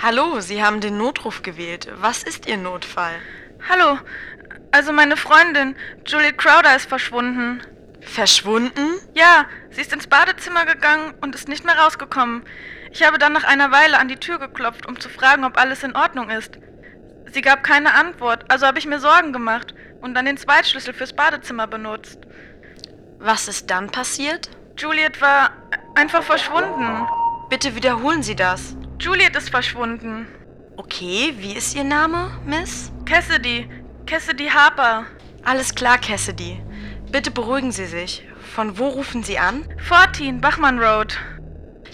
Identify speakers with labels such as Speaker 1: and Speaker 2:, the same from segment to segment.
Speaker 1: Hallo, Sie haben den Notruf gewählt. Was ist Ihr Notfall?
Speaker 2: Hallo. Also meine Freundin, Juliet Crowder, ist verschwunden.
Speaker 1: Verschwunden?
Speaker 2: Ja, sie ist ins Badezimmer gegangen und ist nicht mehr rausgekommen. Ich habe dann nach einer Weile an die Tür geklopft, um zu fragen, ob alles in Ordnung ist. Sie gab keine Antwort, also habe ich mir Sorgen gemacht und dann den Zweitschlüssel fürs Badezimmer benutzt.
Speaker 1: Was ist dann passiert?
Speaker 2: Juliet war einfach verschwunden.
Speaker 1: Bitte wiederholen Sie das.
Speaker 2: Juliet ist verschwunden.
Speaker 1: Okay, wie ist Ihr Name, Miss?
Speaker 2: Cassidy. Cassidy Harper.
Speaker 1: Alles klar, Cassidy. Bitte beruhigen Sie sich. Von wo rufen Sie an?
Speaker 2: 14, Bachmann Road.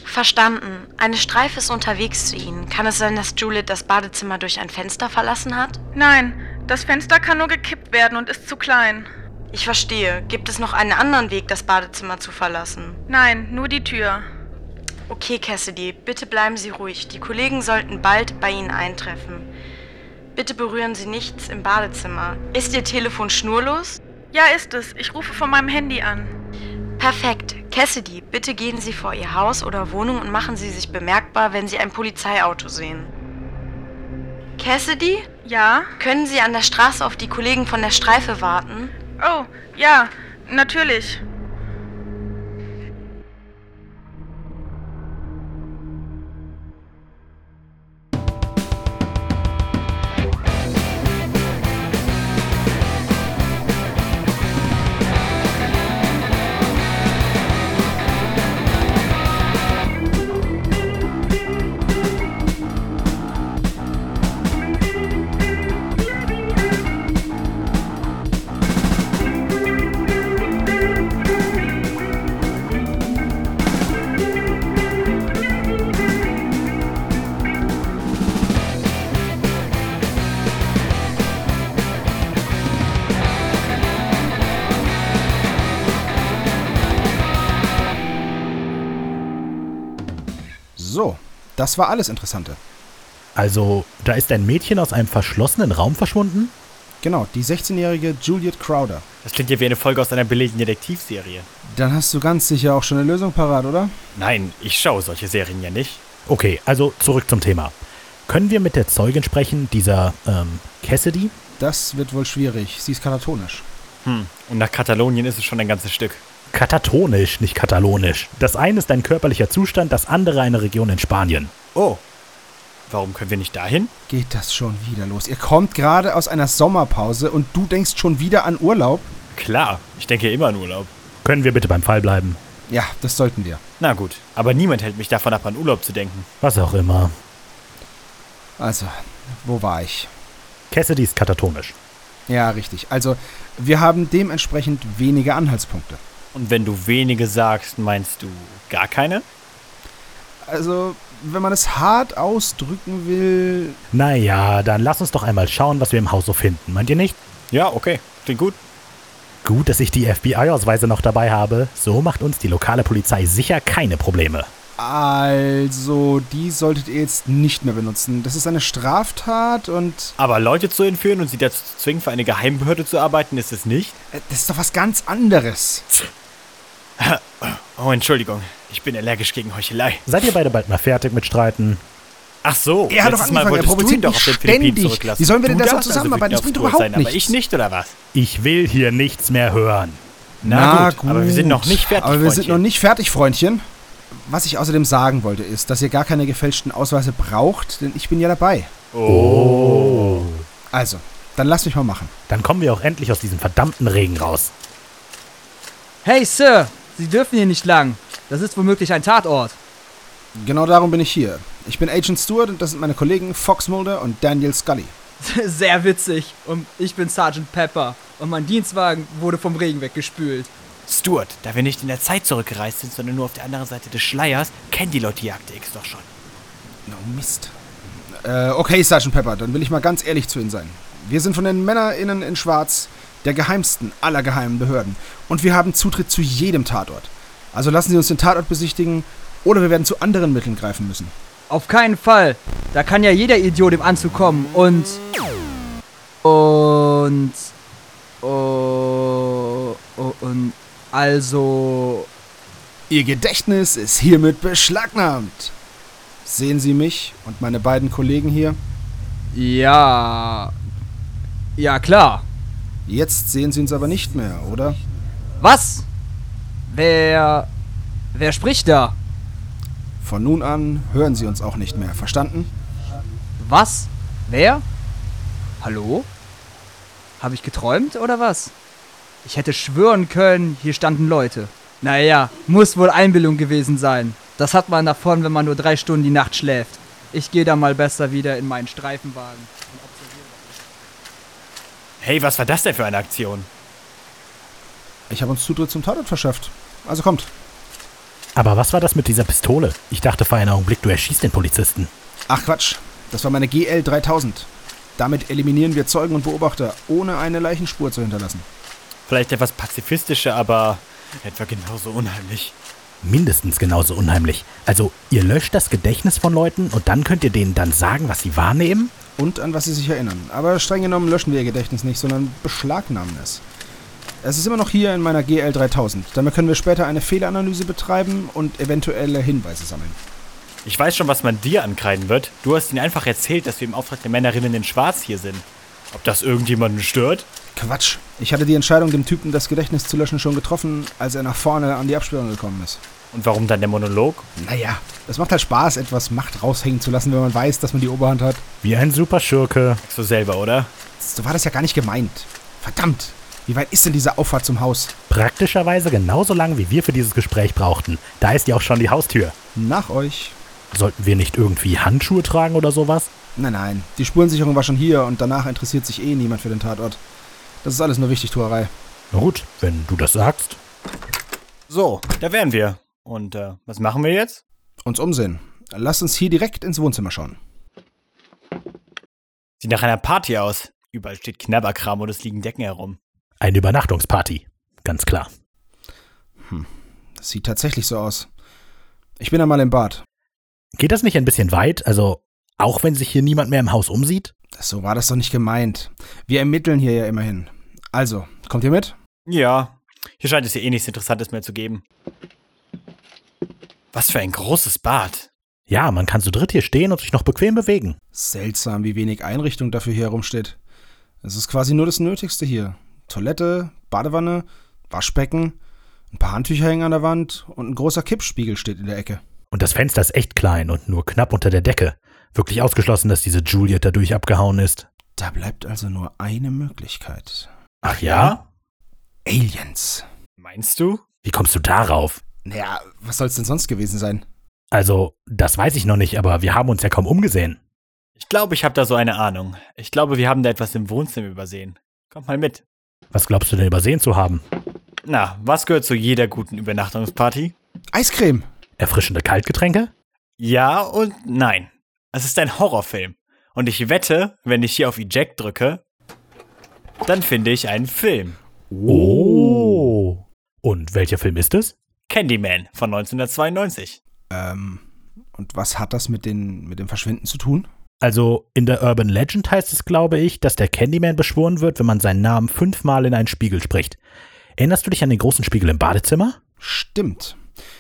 Speaker 1: Verstanden. Eine Streife ist unterwegs zu Ihnen. Kann es sein, dass Juliet das Badezimmer durch ein Fenster verlassen hat?
Speaker 2: Nein, das Fenster kann nur gekippt werden und ist zu klein.
Speaker 1: Ich verstehe. Gibt es noch einen anderen Weg, das Badezimmer zu verlassen?
Speaker 2: Nein, nur die Tür.
Speaker 1: Okay, Cassidy, bitte bleiben Sie ruhig. Die Kollegen sollten bald bei Ihnen eintreffen. Bitte berühren Sie nichts im Badezimmer. Ist Ihr Telefon schnurlos?
Speaker 2: Ja, ist es. Ich rufe von meinem Handy an.
Speaker 1: Perfekt. Cassidy, bitte gehen Sie vor Ihr Haus oder Wohnung und machen Sie sich bemerkbar, wenn Sie ein Polizeiauto sehen. Cassidy,
Speaker 2: Ja?
Speaker 1: können Sie an der Straße auf die Kollegen von der Streife warten?
Speaker 2: Oh, ja, natürlich.
Speaker 3: So, das war alles Interessante.
Speaker 4: Also, da ist ein Mädchen aus einem verschlossenen Raum verschwunden?
Speaker 3: Genau, die 16-jährige Juliet Crowder.
Speaker 5: Das klingt ja wie eine Folge aus einer billigen Detektivserie.
Speaker 3: Dann hast du ganz sicher auch schon eine Lösung parat, oder?
Speaker 5: Nein, ich schaue solche Serien ja nicht.
Speaker 4: Okay, also zurück zum Thema. Können wir mit der Zeugin sprechen, dieser ähm, Cassidy?
Speaker 3: Das wird wohl schwierig. Sie ist katatonisch.
Speaker 5: Hm, und nach Katalonien ist es schon ein ganzes Stück.
Speaker 4: Katatonisch, nicht katalonisch. Das eine ist ein körperlicher Zustand, das andere eine Region in Spanien.
Speaker 5: Oh. Warum können wir nicht dahin?
Speaker 3: Geht das schon wieder los? Ihr kommt gerade aus einer Sommerpause und du denkst schon wieder an Urlaub?
Speaker 5: Klar, ich denke immer an Urlaub.
Speaker 4: Können wir bitte beim Fall bleiben?
Speaker 3: Ja, das sollten wir.
Speaker 5: Na gut, aber niemand hält mich davon ab, an Urlaub zu denken.
Speaker 4: Was auch immer.
Speaker 3: Also, wo war ich?
Speaker 4: Cassidy ist katatonisch.
Speaker 3: Ja, richtig. Also, wir haben dementsprechend wenige Anhaltspunkte.
Speaker 5: Und wenn du wenige sagst, meinst du gar keine?
Speaker 3: Also, wenn man es hart ausdrücken will,
Speaker 4: Naja, dann lass uns doch einmal schauen, was wir im Haus so finden. Meint ihr nicht?
Speaker 5: Ja, okay, klingt gut.
Speaker 4: Gut, dass ich die FBI-Ausweise noch dabei habe. So macht uns die lokale Polizei sicher keine Probleme.
Speaker 3: also, die solltet ihr jetzt nicht mehr benutzen. Das ist eine Straftat und
Speaker 5: Aber Leute zu entführen und sie dazu zu zwingen, für eine Geheimbehörde zu arbeiten, ist es nicht?
Speaker 3: äh, das ist doch was ganz anderes.
Speaker 5: Oh, Entschuldigung, ich bin allergisch gegen Heuchelei.
Speaker 4: Seid ihr beide bald mal fertig mit Streiten?
Speaker 5: Ach so,
Speaker 3: Er hat doch
Speaker 5: letztes Mal
Speaker 3: angefangen, er
Speaker 5: wolltest du ihn
Speaker 3: provoziert
Speaker 5: doch
Speaker 3: mich
Speaker 5: auf den Philippinen
Speaker 3: ständig.
Speaker 5: zurücklassen.
Speaker 3: Wie sollen wir denn
Speaker 5: Du
Speaker 3: da so
Speaker 5: darfst also
Speaker 3: zusammenarbeiten? Das
Speaker 5: wütend
Speaker 3: bringt
Speaker 5: auf Kurt
Speaker 3: überhaupt
Speaker 5: sein, Aber
Speaker 3: nichts.
Speaker 5: ich nicht, oder was?
Speaker 4: Ich will hier nichts mehr hören.
Speaker 5: Na, gut, aber wir sind noch nicht fertig,
Speaker 3: Aber wir sind
Speaker 5: Freundchen.
Speaker 3: noch nicht fertig, Freundchen. Was ich außerdem sagen wollte, ist, dass ihr gar keine gefälschten Ausweise braucht, denn ich bin ja dabei. Oh. Also, dann lass mich mal machen.
Speaker 4: Dann kommen wir auch endlich aus diesem verdammten Regen raus.
Speaker 6: Hey, Sir, Sie dürfen hier nicht lang. Das ist womöglich ein Tatort.
Speaker 3: Genau darum bin ich hier. Ich bin Agent Stewart und das sind meine Kollegen Fox Mulder und Daniel Scully.
Speaker 6: Sehr witzig. Und ich bin Sergeant Pepper. Und mein Dienstwagen wurde vom Regen weggespült.
Speaker 5: Stuart, da wir nicht in der Zeit zurückgereist sind, sondern nur auf der anderen Seite des Schleiers, kennen die Leute die Akte X doch schon.
Speaker 3: Oh Mist. Äh, okay, Sergeant Pepper, dann will ich mal ganz ehrlich zu Ihnen sein. Wir sind von den MännerInnen in Schwarz, der geheimsten aller geheimen Behörden. Und wir haben Zutritt zu jedem Tatort. Also lassen Sie uns den Tatort besichtigen oder wir werden zu anderen Mitteln greifen müssen.
Speaker 6: Auf keinen Fall. Da kann ja jeder Idiot im Anzug kommen. Und. Und. Oh. oh und. Also.
Speaker 3: Ihr Gedächtnis ist hiermit beschlagnahmt. Sehen Sie mich und meine beiden Kollegen hier?
Speaker 6: Ja. Ja, klar.
Speaker 3: Jetzt sehen Sie uns aber nicht mehr, oder?
Speaker 6: Was? Wer. Wer spricht da?
Speaker 3: Von nun an hören Sie uns auch nicht mehr, verstanden?
Speaker 6: Was? Wer? Hallo? Habe ich geträumt oder was? Ich hätte schwören können, hier standen Leute. Naja, muss wohl Einbildung gewesen sein. Das hat man davon, wenn man nur drei Stunden die Nacht schläft. Ich gehe da mal besser wieder in meinen Streifenwagen.
Speaker 5: Hey, was war das denn für eine Aktion?
Speaker 3: Ich habe uns Zutritt zum Tatort verschafft. Also kommt.
Speaker 4: Aber was war das mit dieser Pistole? Ich dachte für einen Augenblick, du erschießt den Polizisten.
Speaker 3: Ach Quatsch, das war meine GL 3000. Damit eliminieren wir Zeugen und Beobachter, ohne eine Leichenspur zu hinterlassen.
Speaker 5: Vielleicht etwas pazifistischer, aber etwa genauso unheimlich.
Speaker 4: Mindestens genauso unheimlich. Also, ihr löscht das Gedächtnis von Leuten und dann könnt ihr denen dann sagen, was sie wahrnehmen?
Speaker 3: und an was sie sich erinnern. Aber streng genommen löschen wir ihr Gedächtnis nicht, sondern beschlagnahmen es. Es ist immer noch hier in meiner GL 3000. Damit können wir später eine Fehleranalyse betreiben und eventuelle Hinweise sammeln.
Speaker 5: Ich weiß schon, was man dir ankreiden wird. Du hast ihnen einfach erzählt, dass wir im Auftrag der Männerinnen in Schwarz hier sind. Ob das irgendjemanden stört?
Speaker 3: Quatsch. Ich hatte die Entscheidung, dem Typen das Gedächtnis zu löschen, schon getroffen, als er nach vorne an die Absperrung gekommen ist.
Speaker 5: Und warum dann der Monolog?
Speaker 3: Naja, es macht halt Spaß, etwas Macht raushängen zu lassen, wenn man weiß, dass man die Oberhand hat.
Speaker 4: Wie ein Superschurke.
Speaker 5: Sagst du selber, oder?
Speaker 3: So war das ja gar nicht gemeint. Verdammt! Wie weit ist denn diese Auffahrt zum Haus?
Speaker 4: Praktischerweise genauso lang, wie wir für dieses Gespräch brauchten. Da ist ja auch schon die Haustür.
Speaker 3: Nach euch.
Speaker 4: Sollten wir nicht irgendwie Handschuhe tragen oder sowas?
Speaker 3: Nein, nein. Die Spurensicherung war schon hier und danach interessiert sich eh niemand für den Tatort. Das ist alles nur Wichtigtuerei.
Speaker 4: Na gut, wenn du das sagst.
Speaker 5: So, da wären wir. Und äh, was machen wir jetzt?
Speaker 3: Uns umsehen. Lasst uns hier direkt ins Wohnzimmer schauen.
Speaker 5: Sieht nach einer Party aus. Überall steht Knabberkram und es liegen Decken herum.
Speaker 4: Eine Übernachtungsparty. Ganz klar.
Speaker 3: Das sieht tatsächlich so aus. Ich bin einmal im Bad.
Speaker 4: Geht das nicht ein bisschen weit? Also, auch wenn sich hier niemand mehr im Haus umsieht?
Speaker 3: So war das doch nicht gemeint. Wir ermitteln hier ja immerhin. Also, kommt ihr mit?
Speaker 5: Ja, hier scheint es ja eh nichts Interessantes mehr zu geben. Was für ein großes Bad.
Speaker 4: Ja, man kann zu dritt hier stehen und sich noch bequem bewegen.
Speaker 3: Seltsam, wie wenig Einrichtung dafür hier herumsteht. Es ist quasi nur das Nötigste hier. Toilette, Badewanne, Waschbecken, ein paar Handtücher hängen an der Wand und ein großer Kippspiegel steht in der Ecke.
Speaker 4: Und das Fenster ist echt klein und nur knapp unter der Decke. Wirklich ausgeschlossen, dass diese Juliet dadurch abgehauen ist.
Speaker 3: Da bleibt also nur eine Möglichkeit.
Speaker 4: Ach
Speaker 3: Aliens.
Speaker 5: Meinst du?
Speaker 4: Wie kommst du darauf?
Speaker 3: Naja, was soll's denn sonst gewesen sein?
Speaker 4: Also, das weiß ich noch nicht, aber wir haben uns ja kaum umgesehen.
Speaker 5: Ich glaube, ich habe da so eine Ahnung. Ich glaube, wir haben da etwas im Wohnzimmer übersehen. Kommt mal mit.
Speaker 4: Was glaubst du denn übersehen zu haben?
Speaker 5: Na, was gehört zu jeder guten Übernachtungsparty?
Speaker 3: Eiscreme!
Speaker 4: Erfrischende Kaltgetränke?
Speaker 5: Ja und nein. Es ist ein Horrorfilm. Und ich wette, wenn ich hier auf Eject drücke, dann finde ich einen Film.
Speaker 4: Oh. Und welcher Film ist es?
Speaker 5: Candyman von 1992.
Speaker 3: Ähm, und was hat das mit, den, mit dem Verschwinden zu tun?
Speaker 4: Also, in der Urban Legend heißt es, glaube ich, dass der Candyman beschworen wird, wenn man seinen Namen fünfmal in einen Spiegel spricht. Erinnerst du dich an den großen Spiegel im Badezimmer?
Speaker 3: Stimmt.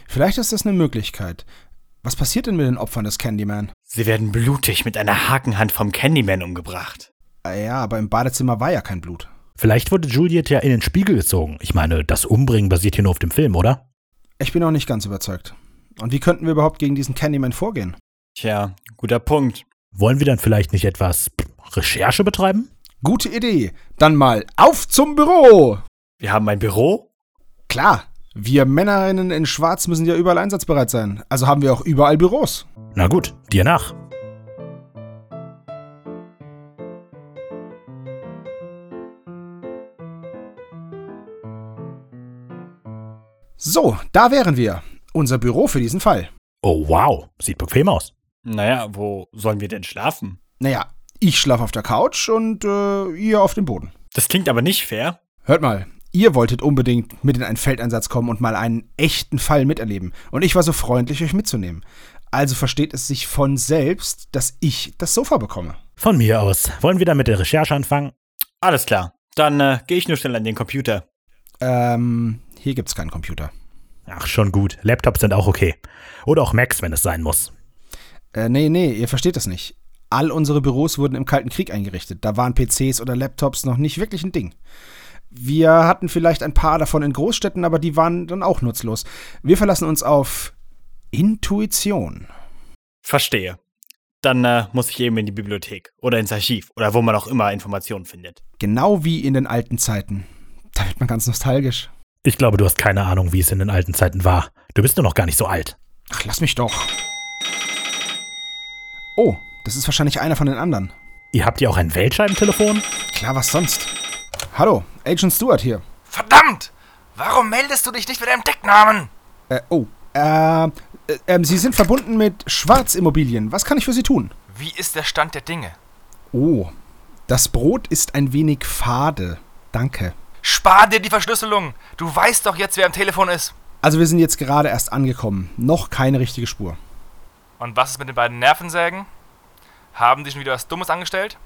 Speaker 3: Vielleicht ist das eine Möglichkeit. Was passiert denn mit den Opfern des Candyman?
Speaker 5: Sie werden blutig mit einer Hakenhand vom Candyman umgebracht.
Speaker 3: Ah ja, aber im Badezimmer war ja kein Blut.
Speaker 4: Vielleicht wurde Juliet ja in den Spiegel gezogen. Ich meine, das Umbringen basiert hier nur auf dem Film, oder?
Speaker 3: Ich bin auch nicht ganz überzeugt. Und wie könnten wir überhaupt gegen diesen Candyman vorgehen?
Speaker 5: Tja, guter Punkt.
Speaker 4: Wollen wir dann vielleicht nicht etwas pff, Recherche betreiben?
Speaker 3: Gute Idee. Dann mal auf zum Büro!
Speaker 5: Wir haben ein Büro?
Speaker 3: Klar, wir Männerinnen in Schwarz müssen ja überall einsatzbereit sein. Also haben wir auch überall Büros.
Speaker 4: Na gut, dir nach.
Speaker 3: So, da wären wir. Unser Büro für diesen Fall.
Speaker 4: Oh wow, sieht bequem aus.
Speaker 5: Naja, wo sollen wir denn schlafen?
Speaker 3: Naja, ich schlafe auf der Couch und äh, ihr auf dem Boden.
Speaker 5: Das klingt aber nicht fair.
Speaker 3: Hört mal, ihr wolltet unbedingt mit in einen Feldeinsatz kommen und mal einen echten Fall miterleben. Und ich war so freundlich, euch mitzunehmen. Also versteht es sich von selbst, dass ich das Sofa bekomme.
Speaker 4: Von mir aus. Wollen wir dann mit der Recherche anfangen?
Speaker 5: Alles klar. Dann äh, gehe ich nur schnell an den Computer.
Speaker 3: Ähm, hier gibt's keinen Computer.
Speaker 4: Ach, schon gut. Laptops sind auch okay. Oder auch Macs, wenn es sein muss.
Speaker 3: Äh, nee, nee, ihr versteht das nicht. All unsere Büros wurden im Kalten Krieg eingerichtet. Da waren PCs oder Laptops noch nicht wirklich ein Ding. Wir hatten vielleicht ein paar davon in Großstädten, aber die waren dann auch nutzlos. Wir verlassen uns auf Intuition.
Speaker 5: Verstehe. Dann äh, muss ich eben in die Bibliothek oder ins Archiv oder wo man auch immer Informationen findet.
Speaker 3: Genau wie in den alten Zeiten. Da wird man ganz nostalgisch.
Speaker 4: Ich glaube, du hast keine Ahnung, wie es in den alten Zeiten war. Du bist nur noch gar nicht so alt.
Speaker 3: Ach, lass mich doch. Oh, das ist wahrscheinlich einer von den anderen.
Speaker 4: Ihr habt ja auch ein Weltscheibentelefon?
Speaker 3: Klar, was sonst? Hallo, Agent Stewart hier.
Speaker 7: Verdammt! Warum meldest du dich nicht mit deinem Decknamen?
Speaker 3: Äh, oh, äh, äh, ähm, Sie sind verbunden mit Schwarzimmobilien. Was kann ich für Sie tun?
Speaker 7: Wie ist der Stand der Dinge?
Speaker 3: Oh, das Brot ist ein wenig fade. Danke.
Speaker 7: Spar dir die Verschlüsselung! Du weißt doch jetzt, wer am Telefon ist.
Speaker 3: Also wir sind jetzt gerade erst angekommen. Noch keine richtige Spur.
Speaker 7: Und was ist mit den beiden Nervensägen? Haben die schon wieder was Dummes angestellt?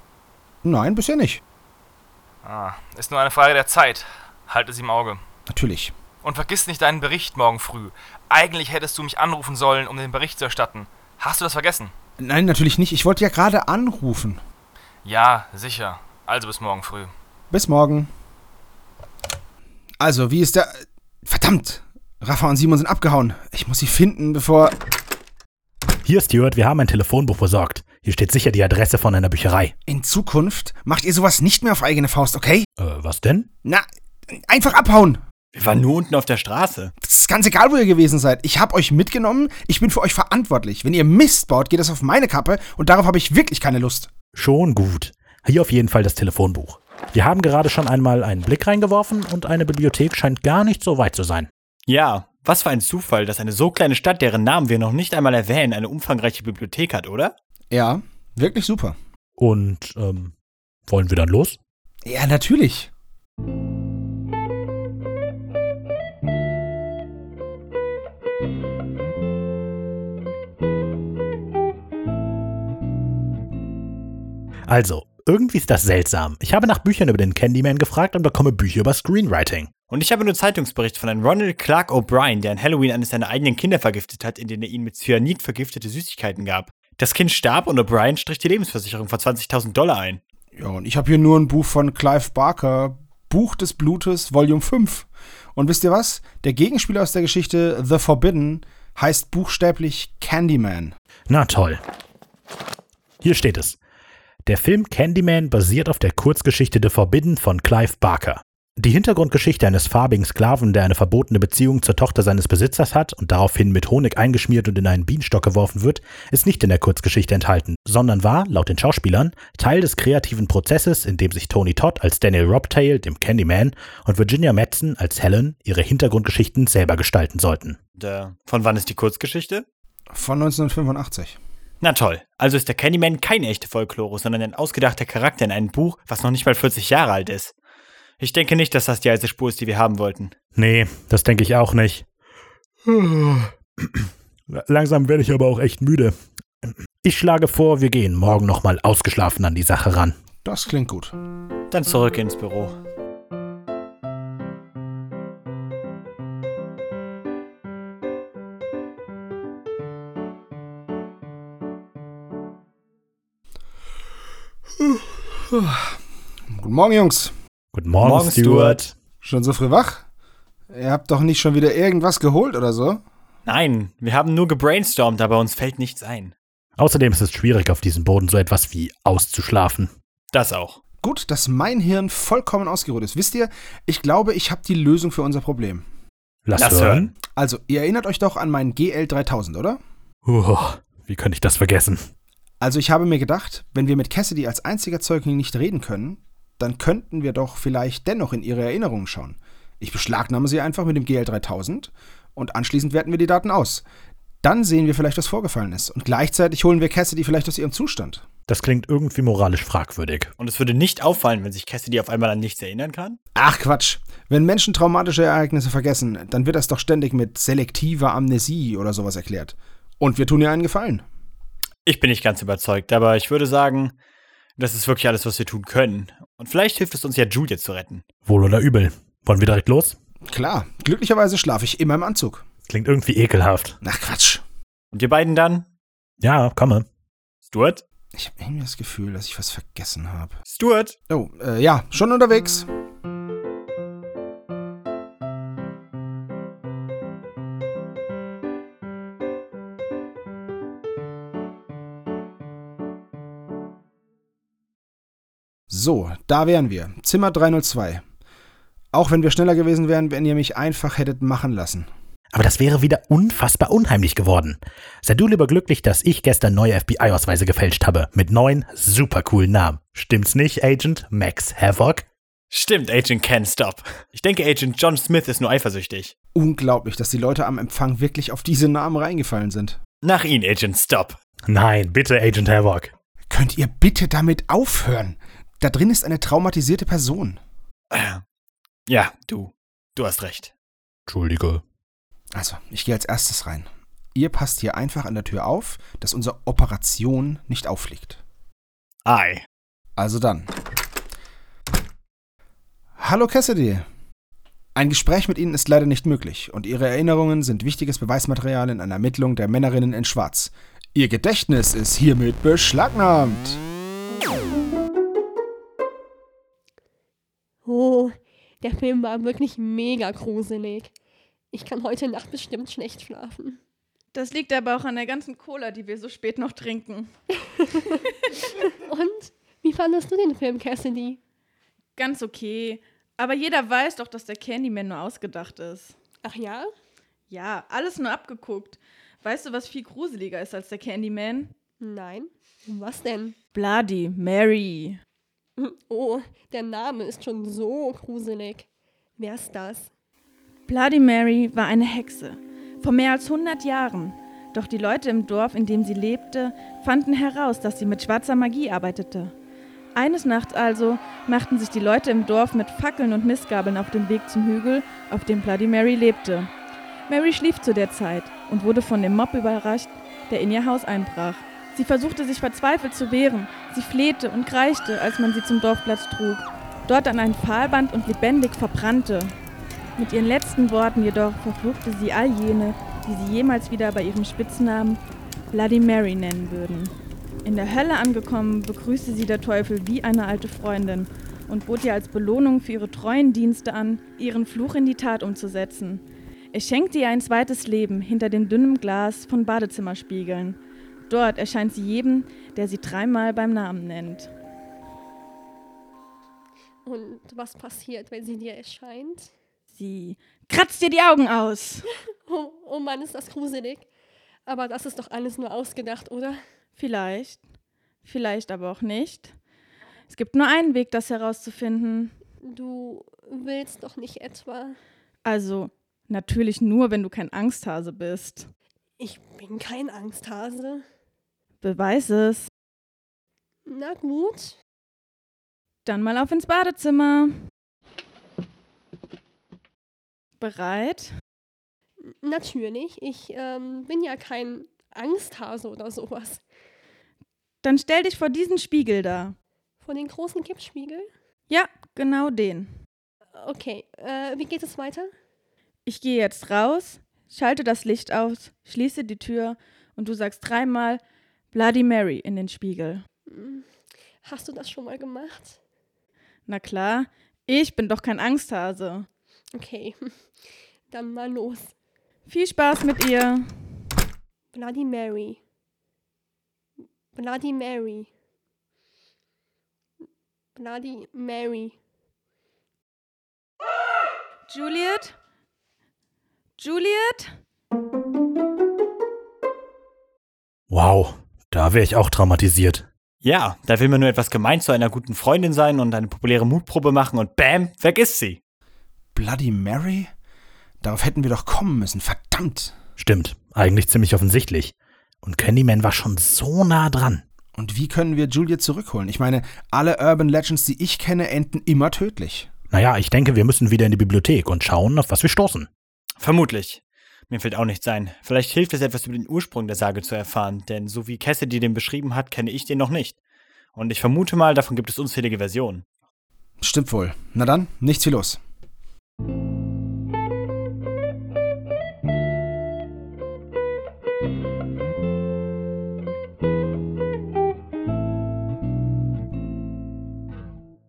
Speaker 3: Nein, bisher nicht.
Speaker 7: Ah, ist nur eine Frage der Zeit. Halt es im Auge.
Speaker 3: Natürlich.
Speaker 7: Und vergiss nicht deinen Bericht morgen früh. Eigentlich hättest du mich anrufen sollen, um den Bericht zu erstatten. Hast du das vergessen?
Speaker 3: Nein, natürlich nicht. Ich wollte ja gerade anrufen.
Speaker 7: Ja, sicher. Also bis morgen früh.
Speaker 3: Bis morgen. Also, wie ist der... Verdammt! Rafa und Simon sind abgehauen. Ich muss sie finden, bevor...
Speaker 4: Hier, Stuart, wir haben ein Telefonbuch besorgt. Hier steht sicher die Adresse von einer Bücherei.
Speaker 3: In Zukunft macht ihr sowas nicht mehr auf eigene Faust, okay?
Speaker 4: Äh, was denn?
Speaker 3: Na, einfach abhauen.
Speaker 5: Wir waren nur unten auf der Straße.
Speaker 3: Das ist ganz egal, wo ihr gewesen seid. Ich hab euch mitgenommen, ich bin für euch verantwortlich. Wenn ihr Mist baut, geht das auf meine Kappe und darauf habe ich wirklich keine Lust.
Speaker 4: Schon gut. Hier auf jeden Fall das Telefonbuch. Wir haben gerade schon einmal einen Blick reingeworfen und eine Bibliothek scheint gar nicht so weit zu sein.
Speaker 5: Ja, was für ein Zufall, dass eine so kleine Stadt, deren Namen wir noch nicht einmal erwähnen, eine umfangreiche Bibliothek hat, oder?
Speaker 3: Ja, wirklich super.
Speaker 4: Und ähm, wollen wir dann los?
Speaker 3: Ja, natürlich.
Speaker 4: Also, irgendwie ist das seltsam. Ich habe nach Büchern über den Candyman gefragt und bekomme Bücher über Screenwriting.
Speaker 5: Und ich habe nur Zeitungsbericht von einem Ronald Clark O'Brien, der an Halloween eines seiner eigenen Kinder vergiftet hat, indem er ihnen mit Cyanid vergiftete Süßigkeiten gab. Das Kind starb und O'Brien strich die Lebensversicherung von 20.000 Dollar ein.
Speaker 3: Ja, und ich habe hier nur ein Buch von Clive Barker, Buch des Blutes, Volume 5. Und wisst ihr was? Der Gegenspieler aus der Geschichte The Forbidden heißt buchstäblich Candyman.
Speaker 4: Na toll. Hier steht es. Der Film Candyman basiert auf der Kurzgeschichte The Forbidden von Clive Barker. Die Hintergrundgeschichte eines farbigen Sklaven, der eine verbotene Beziehung zur Tochter seines Besitzers hat und daraufhin mit Honig eingeschmiert und in einen Bienenstock geworfen wird, ist nicht in der Kurzgeschichte enthalten, sondern war, laut den Schauspielern, Teil des kreativen Prozesses, in dem sich Tony Todd als Daniel Robtail, dem Candyman, und Virginia Madsen als Helen ihre Hintergrundgeschichten selber gestalten sollten.
Speaker 5: Und, äh, von wann ist die Kurzgeschichte?
Speaker 3: Von 1985.
Speaker 5: Na toll, also ist der Candyman kein echter Folklore, sondern ein ausgedachter Charakter in einem Buch, was noch nicht mal 40 Jahre alt ist. Ich denke nicht, dass das die alte Spur ist, die wir haben wollten.
Speaker 4: Nee, das denke ich auch nicht. Langsam werde ich aber auch echt müde. Ich schlage vor, wir gehen morgen nochmal ausgeschlafen an die Sache ran.
Speaker 3: Das klingt gut.
Speaker 5: Dann zurück ins Büro.
Speaker 3: Guten Morgen, Jungs.
Speaker 4: Guten Morgen,
Speaker 5: Morgen, Stuart.
Speaker 4: Stuart.
Speaker 3: Schon so früh wach? Ihr habt doch nicht schon wieder irgendwas geholt oder so?
Speaker 5: Nein, wir haben nur gebrainstormt, aber uns fällt nichts ein.
Speaker 4: Außerdem ist es schwierig, auf diesem Boden so etwas wie auszuschlafen.
Speaker 5: Das auch.
Speaker 3: Gut, dass mein Hirn vollkommen ausgeruht ist. Wisst ihr, ich glaube, ich habe die Lösung für unser Problem.
Speaker 4: Lass,
Speaker 5: Lass
Speaker 4: hören.
Speaker 3: Also, ihr erinnert euch doch an meinen GL3000, oder?
Speaker 4: Uah, wie könnte ich das vergessen?
Speaker 3: Also ich habe mir gedacht, wenn wir mit Cassidy als einziger Zeugling nicht reden können, dann könnten wir doch vielleicht dennoch in ihre Erinnerungen schauen. Ich beschlagnahme sie einfach mit dem GL3000 und anschließend werten wir die Daten aus. Dann sehen wir vielleicht, was vorgefallen ist. Und gleichzeitig holen wir Cassidy vielleicht aus ihrem Zustand.
Speaker 4: Das klingt irgendwie moralisch fragwürdig.
Speaker 5: Und es würde nicht auffallen, wenn sich Cassidy auf einmal an nichts erinnern kann?
Speaker 3: Ach Quatsch. Wenn Menschen traumatische Ereignisse vergessen, dann wird das doch ständig mit selektiver Amnesie oder sowas erklärt. Und wir tun ihr einen Gefallen.
Speaker 5: Ich bin nicht ganz überzeugt, aber ich würde sagen, das ist wirklich alles, was wir tun können. Und vielleicht hilft es uns ja, Julia zu retten.
Speaker 4: Wohl oder übel. Wollen wir direkt los?
Speaker 3: Klar, glücklicherweise schlafe ich immer im Anzug.
Speaker 4: Klingt irgendwie ekelhaft.
Speaker 3: Ach Quatsch.
Speaker 5: Und wir beiden dann?
Speaker 4: Ja, komme.
Speaker 5: Stuart?
Speaker 3: Ich habe irgendwie das Gefühl, dass ich was vergessen habe.
Speaker 5: Stuart?
Speaker 3: Oh, äh, ja, schon unterwegs. So, da wären wir. Zimmer 302. Auch wenn wir schneller gewesen wären, wenn ihr mich einfach hättet machen lassen.
Speaker 4: Aber das wäre wieder unfassbar unheimlich geworden. Sei du lieber glücklich, dass ich gestern neue FBI-Ausweise gefälscht habe. Mit neun super coolen Namen. Stimmt's nicht, Agent Max Havoc?
Speaker 5: Stimmt, Agent Ken, stop. Ich denke, Agent John Smith ist nur eifersüchtig.
Speaker 3: Unglaublich, dass die Leute am Empfang wirklich auf diese Namen reingefallen sind.
Speaker 5: Nach ihn, Agent, stop.
Speaker 4: Nein, bitte, Agent Havoc.
Speaker 3: Könnt ihr bitte damit aufhören? Da drin ist eine traumatisierte Person.
Speaker 5: Ja, du. Du hast recht.
Speaker 4: Entschuldige.
Speaker 3: Also, ich gehe als erstes rein. Ihr passt hier einfach an der Tür auf, dass unsere Operation nicht auffliegt.
Speaker 5: Ei.
Speaker 3: Also dann. Hallo Cassidy. Ein Gespräch mit Ihnen ist leider nicht möglich und Ihre Erinnerungen sind wichtiges Beweismaterial in einer Ermittlung der Männerinnen in Schwarz. Ihr Gedächtnis ist hiermit beschlagnahmt.
Speaker 8: Oh, der Film war wirklich mega gruselig. Ich kann heute Nacht bestimmt schlecht schlafen.
Speaker 2: Das liegt aber auch an der ganzen Cola, die wir so spät noch trinken.
Speaker 8: Und wie fandest du den Film, Cassidy?
Speaker 2: Ganz okay. Aber jeder weiß doch, dass der Candyman nur ausgedacht ist.
Speaker 8: Ach ja?
Speaker 2: Ja, alles nur abgeguckt. Weißt du, was viel gruseliger ist als der Candyman?
Speaker 8: Nein. Was denn?
Speaker 2: Bloody Mary.
Speaker 8: Oh, der Name ist schon so gruselig. Wer ist das?
Speaker 2: Bloody Mary war eine Hexe. Vor mehr als 100 Jahren. Doch die Leute im Dorf, in dem sie lebte, fanden heraus, dass sie mit schwarzer Magie arbeitete. Eines Nachts also machten sich die Leute im Dorf mit Fackeln und Mistgabeln auf den Weg zum Hügel, auf dem Bloody Mary lebte. Mary schlief zu der Zeit und wurde von dem Mob überrascht, der in ihr Haus einbrach. Sie versuchte sich verzweifelt zu wehren. Sie flehte und kreischte, als man sie zum Dorfplatz trug, dort an einen Pfahlband und lebendig verbrannte. Mit ihren letzten Worten jedoch verfluchte sie all jene, die sie jemals wieder bei ihrem Spitznamen Bloody Mary nennen würden. In der Hölle angekommen, begrüßte sie der Teufel wie eine alte Freundin und bot ihr als Belohnung für ihre treuen Dienste an, ihren Fluch in die Tat umzusetzen. Er schenkte ihr ein zweites Leben hinter dem dünnen Glas von Badezimmerspiegeln. Dort erscheint sie jedem, der sie dreimal beim Namen nennt.
Speaker 8: Und was passiert, wenn sie dir erscheint?
Speaker 2: Sie kratzt dir die Augen aus.
Speaker 8: Oh, oh Mann, ist das gruselig. Aber das ist doch alles nur ausgedacht, oder?
Speaker 2: Vielleicht, vielleicht aber auch nicht. Es gibt nur einen Weg, das herauszufinden.
Speaker 8: Du willst doch nicht etwa.
Speaker 2: Also, natürlich nur, wenn du kein Angsthase bist.
Speaker 8: Ich bin kein Angsthase.
Speaker 2: Beweis es.
Speaker 8: Na gut.
Speaker 2: Dann mal auf ins Badezimmer. Bereit?
Speaker 8: Natürlich, ich ähm, bin ja kein Angsthase oder sowas.
Speaker 2: Dann stell dich vor diesen Spiegel da.
Speaker 8: Von den großen Kippspiegel?
Speaker 2: Ja, genau den.
Speaker 8: Okay, äh, wie geht es weiter?
Speaker 2: Ich gehe jetzt raus, schalte das Licht aus, schließe die Tür und du sagst dreimal Bloody Mary in den Spiegel.
Speaker 8: Hm. Hast du das schon mal gemacht?
Speaker 2: Na klar, ich bin doch kein Angsthase.
Speaker 8: Okay, dann mal los.
Speaker 2: Viel Spaß mit ihr.
Speaker 8: Bloody Mary. Bloody Mary. Bloody Mary.
Speaker 2: Juliet? Juliet?
Speaker 4: Wow, da wäre ich auch traumatisiert.
Speaker 5: Ja, da will man nur etwas gemein zu einer guten Freundin sein und eine populäre Mutprobe machen und bam, weg ist sie.
Speaker 3: Bloody Mary? Darauf hätten wir doch kommen müssen, verdammt!
Speaker 4: Stimmt, eigentlich ziemlich offensichtlich. Und Candyman war schon so nah dran.
Speaker 3: Und wie können wir Juliet zurückholen? Ich meine, alle Urban Legends, die ich kenne, enden immer tödlich.
Speaker 4: Naja, ich denke, wir müssen wieder in die Bibliothek und schauen, auf was wir stoßen.
Speaker 5: Vermutlich. Mir fällt auch nichts ein. Vielleicht hilft es etwas über den Ursprung der Sage zu erfahren, denn so wie Cassidy den beschrieben hat, kenne ich den noch nicht. Und ich vermute mal, davon gibt es unzählige Versionen.
Speaker 3: Stimmt wohl. Na dann, nichts wie los.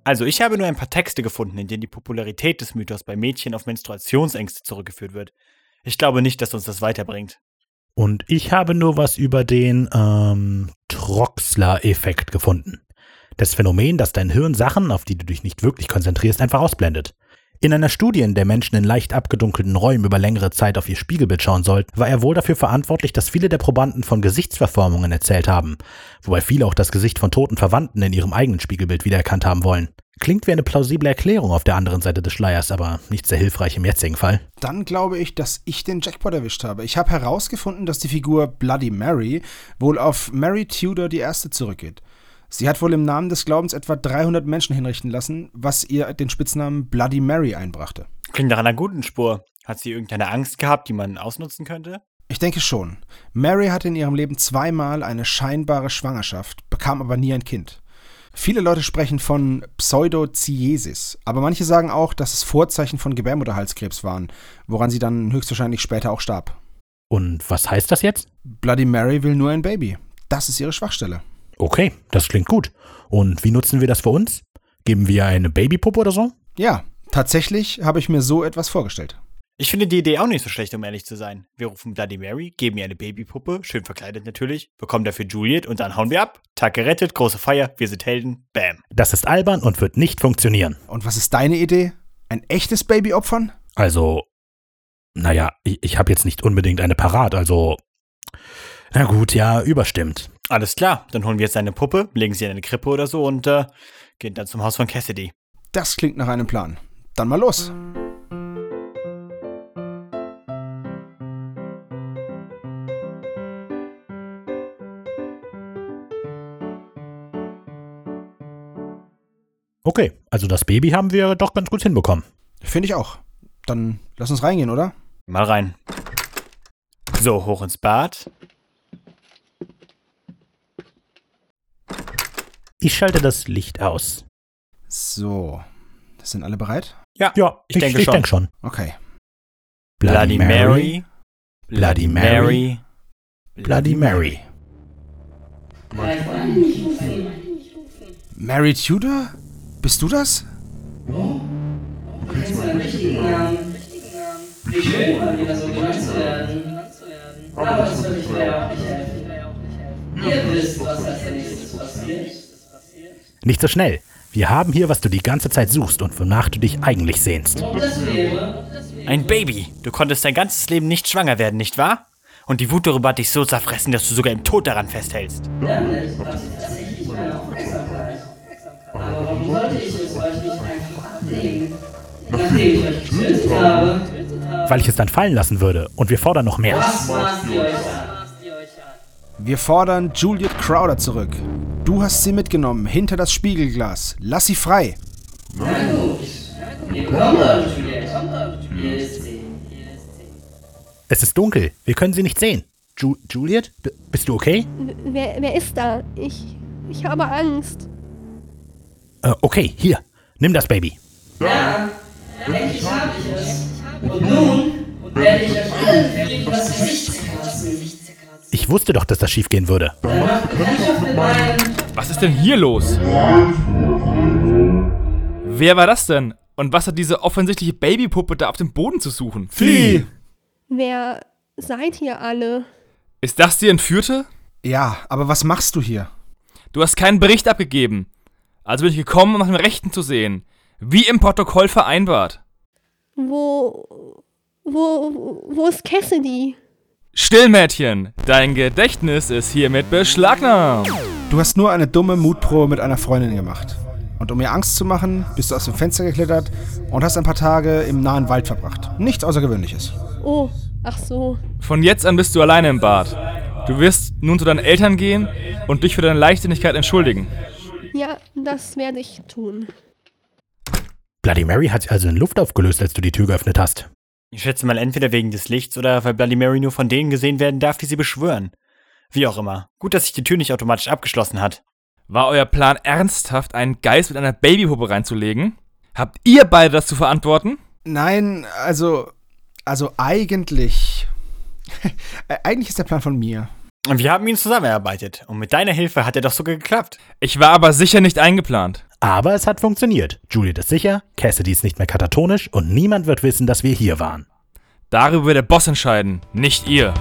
Speaker 5: Also, ich habe nur ein paar Texte gefunden, in denen die Popularität des Mythos bei Mädchen auf Menstruationsängste zurückgeführt wird. Ich glaube nicht, dass uns das weiterbringt.
Speaker 4: Und ich habe nur was über den ähm, Troxler-Effekt gefunden. Das Phänomen, dass dein Hirn Sachen, auf die du dich nicht wirklich konzentrierst, einfach ausblendet. In einer Studie, in der Menschen in leicht abgedunkelten Räumen über längere Zeit auf ihr Spiegelbild schauen sollten, war er wohl dafür verantwortlich, dass viele der Probanden von Gesichtsverformungen erzählt haben, wobei viele auch das Gesicht von toten Verwandten in ihrem eigenen Spiegelbild wiedererkannt haben wollen. Klingt wie eine plausible Erklärung auf der anderen Seite des Schleiers, aber nicht sehr hilfreich im jetzigen Fall.
Speaker 3: Dann glaube ich, dass ich den Jackpot erwischt habe. Ich habe herausgefunden, dass die Figur Bloody Mary wohl auf Mary Tudor die Erste zurückgeht. Sie hat wohl im Namen des Glaubens etwa 300 Menschen hinrichten lassen, was ihr den Spitznamen Bloody Mary einbrachte.
Speaker 5: Klingt nach einer guten Spur. Hat sie irgendeine Angst gehabt, die man ausnutzen könnte?
Speaker 3: Ich denke schon. Mary hatte in ihrem Leben zweimal eine scheinbare Schwangerschaft, bekam aber nie ein Kind. Viele Leute sprechen von Pseudociesis, aber manche sagen auch, dass es Vorzeichen von Gebärmutterhalskrebs waren, woran sie dann höchstwahrscheinlich später auch starb.
Speaker 4: Und was heißt das jetzt?
Speaker 3: Bloody Mary will nur ein Baby. Das ist ihre Schwachstelle.
Speaker 4: Okay, das klingt gut. Und wie nutzen wir das für uns? Geben wir eine Babypuppe oder so?
Speaker 3: Ja, tatsächlich habe ich mir so etwas vorgestellt.
Speaker 5: Ich finde die Idee auch nicht so schlecht, um ehrlich zu sein. Wir rufen Bloody Mary, geben ihr eine Babypuppe, schön verkleidet natürlich, bekommen dafür Juliet und dann hauen wir ab. Tag gerettet, große Feier, wir sind Helden, bam.
Speaker 4: Das ist albern und wird nicht funktionieren.
Speaker 3: Und was ist deine Idee? Ein echtes Baby opfern?
Speaker 4: Also, naja, ich, ich habe jetzt nicht unbedingt eine parat, also. Na gut, ja, überstimmt.
Speaker 5: Alles klar, dann holen wir jetzt eine Puppe, legen sie in eine Krippe oder so und äh, gehen dann zum Haus von Cassidy.
Speaker 3: Das klingt nach einem Plan. Dann mal los.
Speaker 4: Okay, also das Baby haben wir doch ganz gut hinbekommen.
Speaker 3: Finde ich auch. Dann lass uns reingehen, oder?
Speaker 5: Mal rein. So, hoch ins Bad.
Speaker 4: Ich schalte das Licht aus.
Speaker 3: So. Sind alle bereit?
Speaker 5: Ja,
Speaker 4: Ja,
Speaker 5: Ich denke schon.
Speaker 4: denk schon.
Speaker 3: Okay.
Speaker 5: Bloody Mary,
Speaker 4: Bloody Mary, Bloody Mary.
Speaker 3: Mary Tudor? Bist du das?
Speaker 4: Nicht so schnell. Wir haben hier, was du die ganze Zeit suchst und wonach du dich eigentlich sehnst.
Speaker 5: Ein Baby. Du konntest dein ganzes Leben nicht schwanger werden, nicht wahr? Und die Wut darüber hat dich so zerfressen, dass du sogar im Tod daran festhältst.
Speaker 4: Weil ich es dann fallen lassen würde und wir fordern noch mehr.
Speaker 3: Wir fordern Juliet Crowder zurück. Du hast sie mitgenommen, hinter das Spiegelglas. Lass sie frei.
Speaker 4: Es ist dunkel. Wir können sie nicht sehen. Ju Juliet, B bist du okay?
Speaker 8: W- Wer, wer ist da? Ich, ich habe Angst.
Speaker 4: Äh, okay, hier. Nimm das Baby. Ich wusste doch, dass das schiefgehen würde.
Speaker 7: Was ist denn hier los? Wer war das denn? Und was hat diese offensichtliche Babypuppe da auf dem Boden zu suchen?
Speaker 3: Flieh!
Speaker 8: Wer seid ihr alle?
Speaker 7: Ist das die Entführte?
Speaker 3: Ja, aber was machst du hier?
Speaker 7: Du hast keinen Bericht abgegeben. Also bin ich gekommen, um nach dem Rechten zu sehen. Wie im Protokoll vereinbart.
Speaker 8: Wo, wo, wo ist Cassidy?
Speaker 7: Still, Mädchen. Dein Gedächtnis ist hiermit beschlagnahmt.
Speaker 3: Du hast nur eine dumme Mutprobe mit einer Freundin gemacht. Und um ihr Angst zu machen, bist du aus dem Fenster geklettert und hast ein paar Tage im nahen Wald verbracht. Nichts Außergewöhnliches.
Speaker 8: Oh, ach so.
Speaker 7: Von jetzt an bist du alleine im Bad. Du wirst nun zu deinen Eltern gehen und dich für deine Leichtsinnigkeit entschuldigen.
Speaker 8: Ja, das werde ich tun.
Speaker 4: Bloody Mary hat sich also in Luft aufgelöst, als du die Tür geöffnet hast.
Speaker 5: Ich schätze mal entweder wegen des Lichts oder weil Bloody Mary nur von denen gesehen werden darf, die sie beschwören. Wie auch immer. Gut, dass sich die Tür nicht automatisch abgeschlossen hat.
Speaker 7: War euer Plan ernsthaft, einen Geist mit einer Babypuppe reinzulegen? Habt ihr beide das zu verantworten?
Speaker 3: Nein, also. Also eigentlich. Äh, eigentlich ist der Plan von mir.
Speaker 5: Und wir haben ihn zusammengearbeitet. Und mit deiner Hilfe hat er doch sogar geklappt.
Speaker 7: Ich war aber sicher nicht eingeplant.
Speaker 4: Aber es hat funktioniert. Juliet ist sicher, Cassidy ist nicht mehr katatonisch und niemand wird wissen, dass wir hier waren.
Speaker 7: Darüber wird der Boss entscheiden, nicht ihr.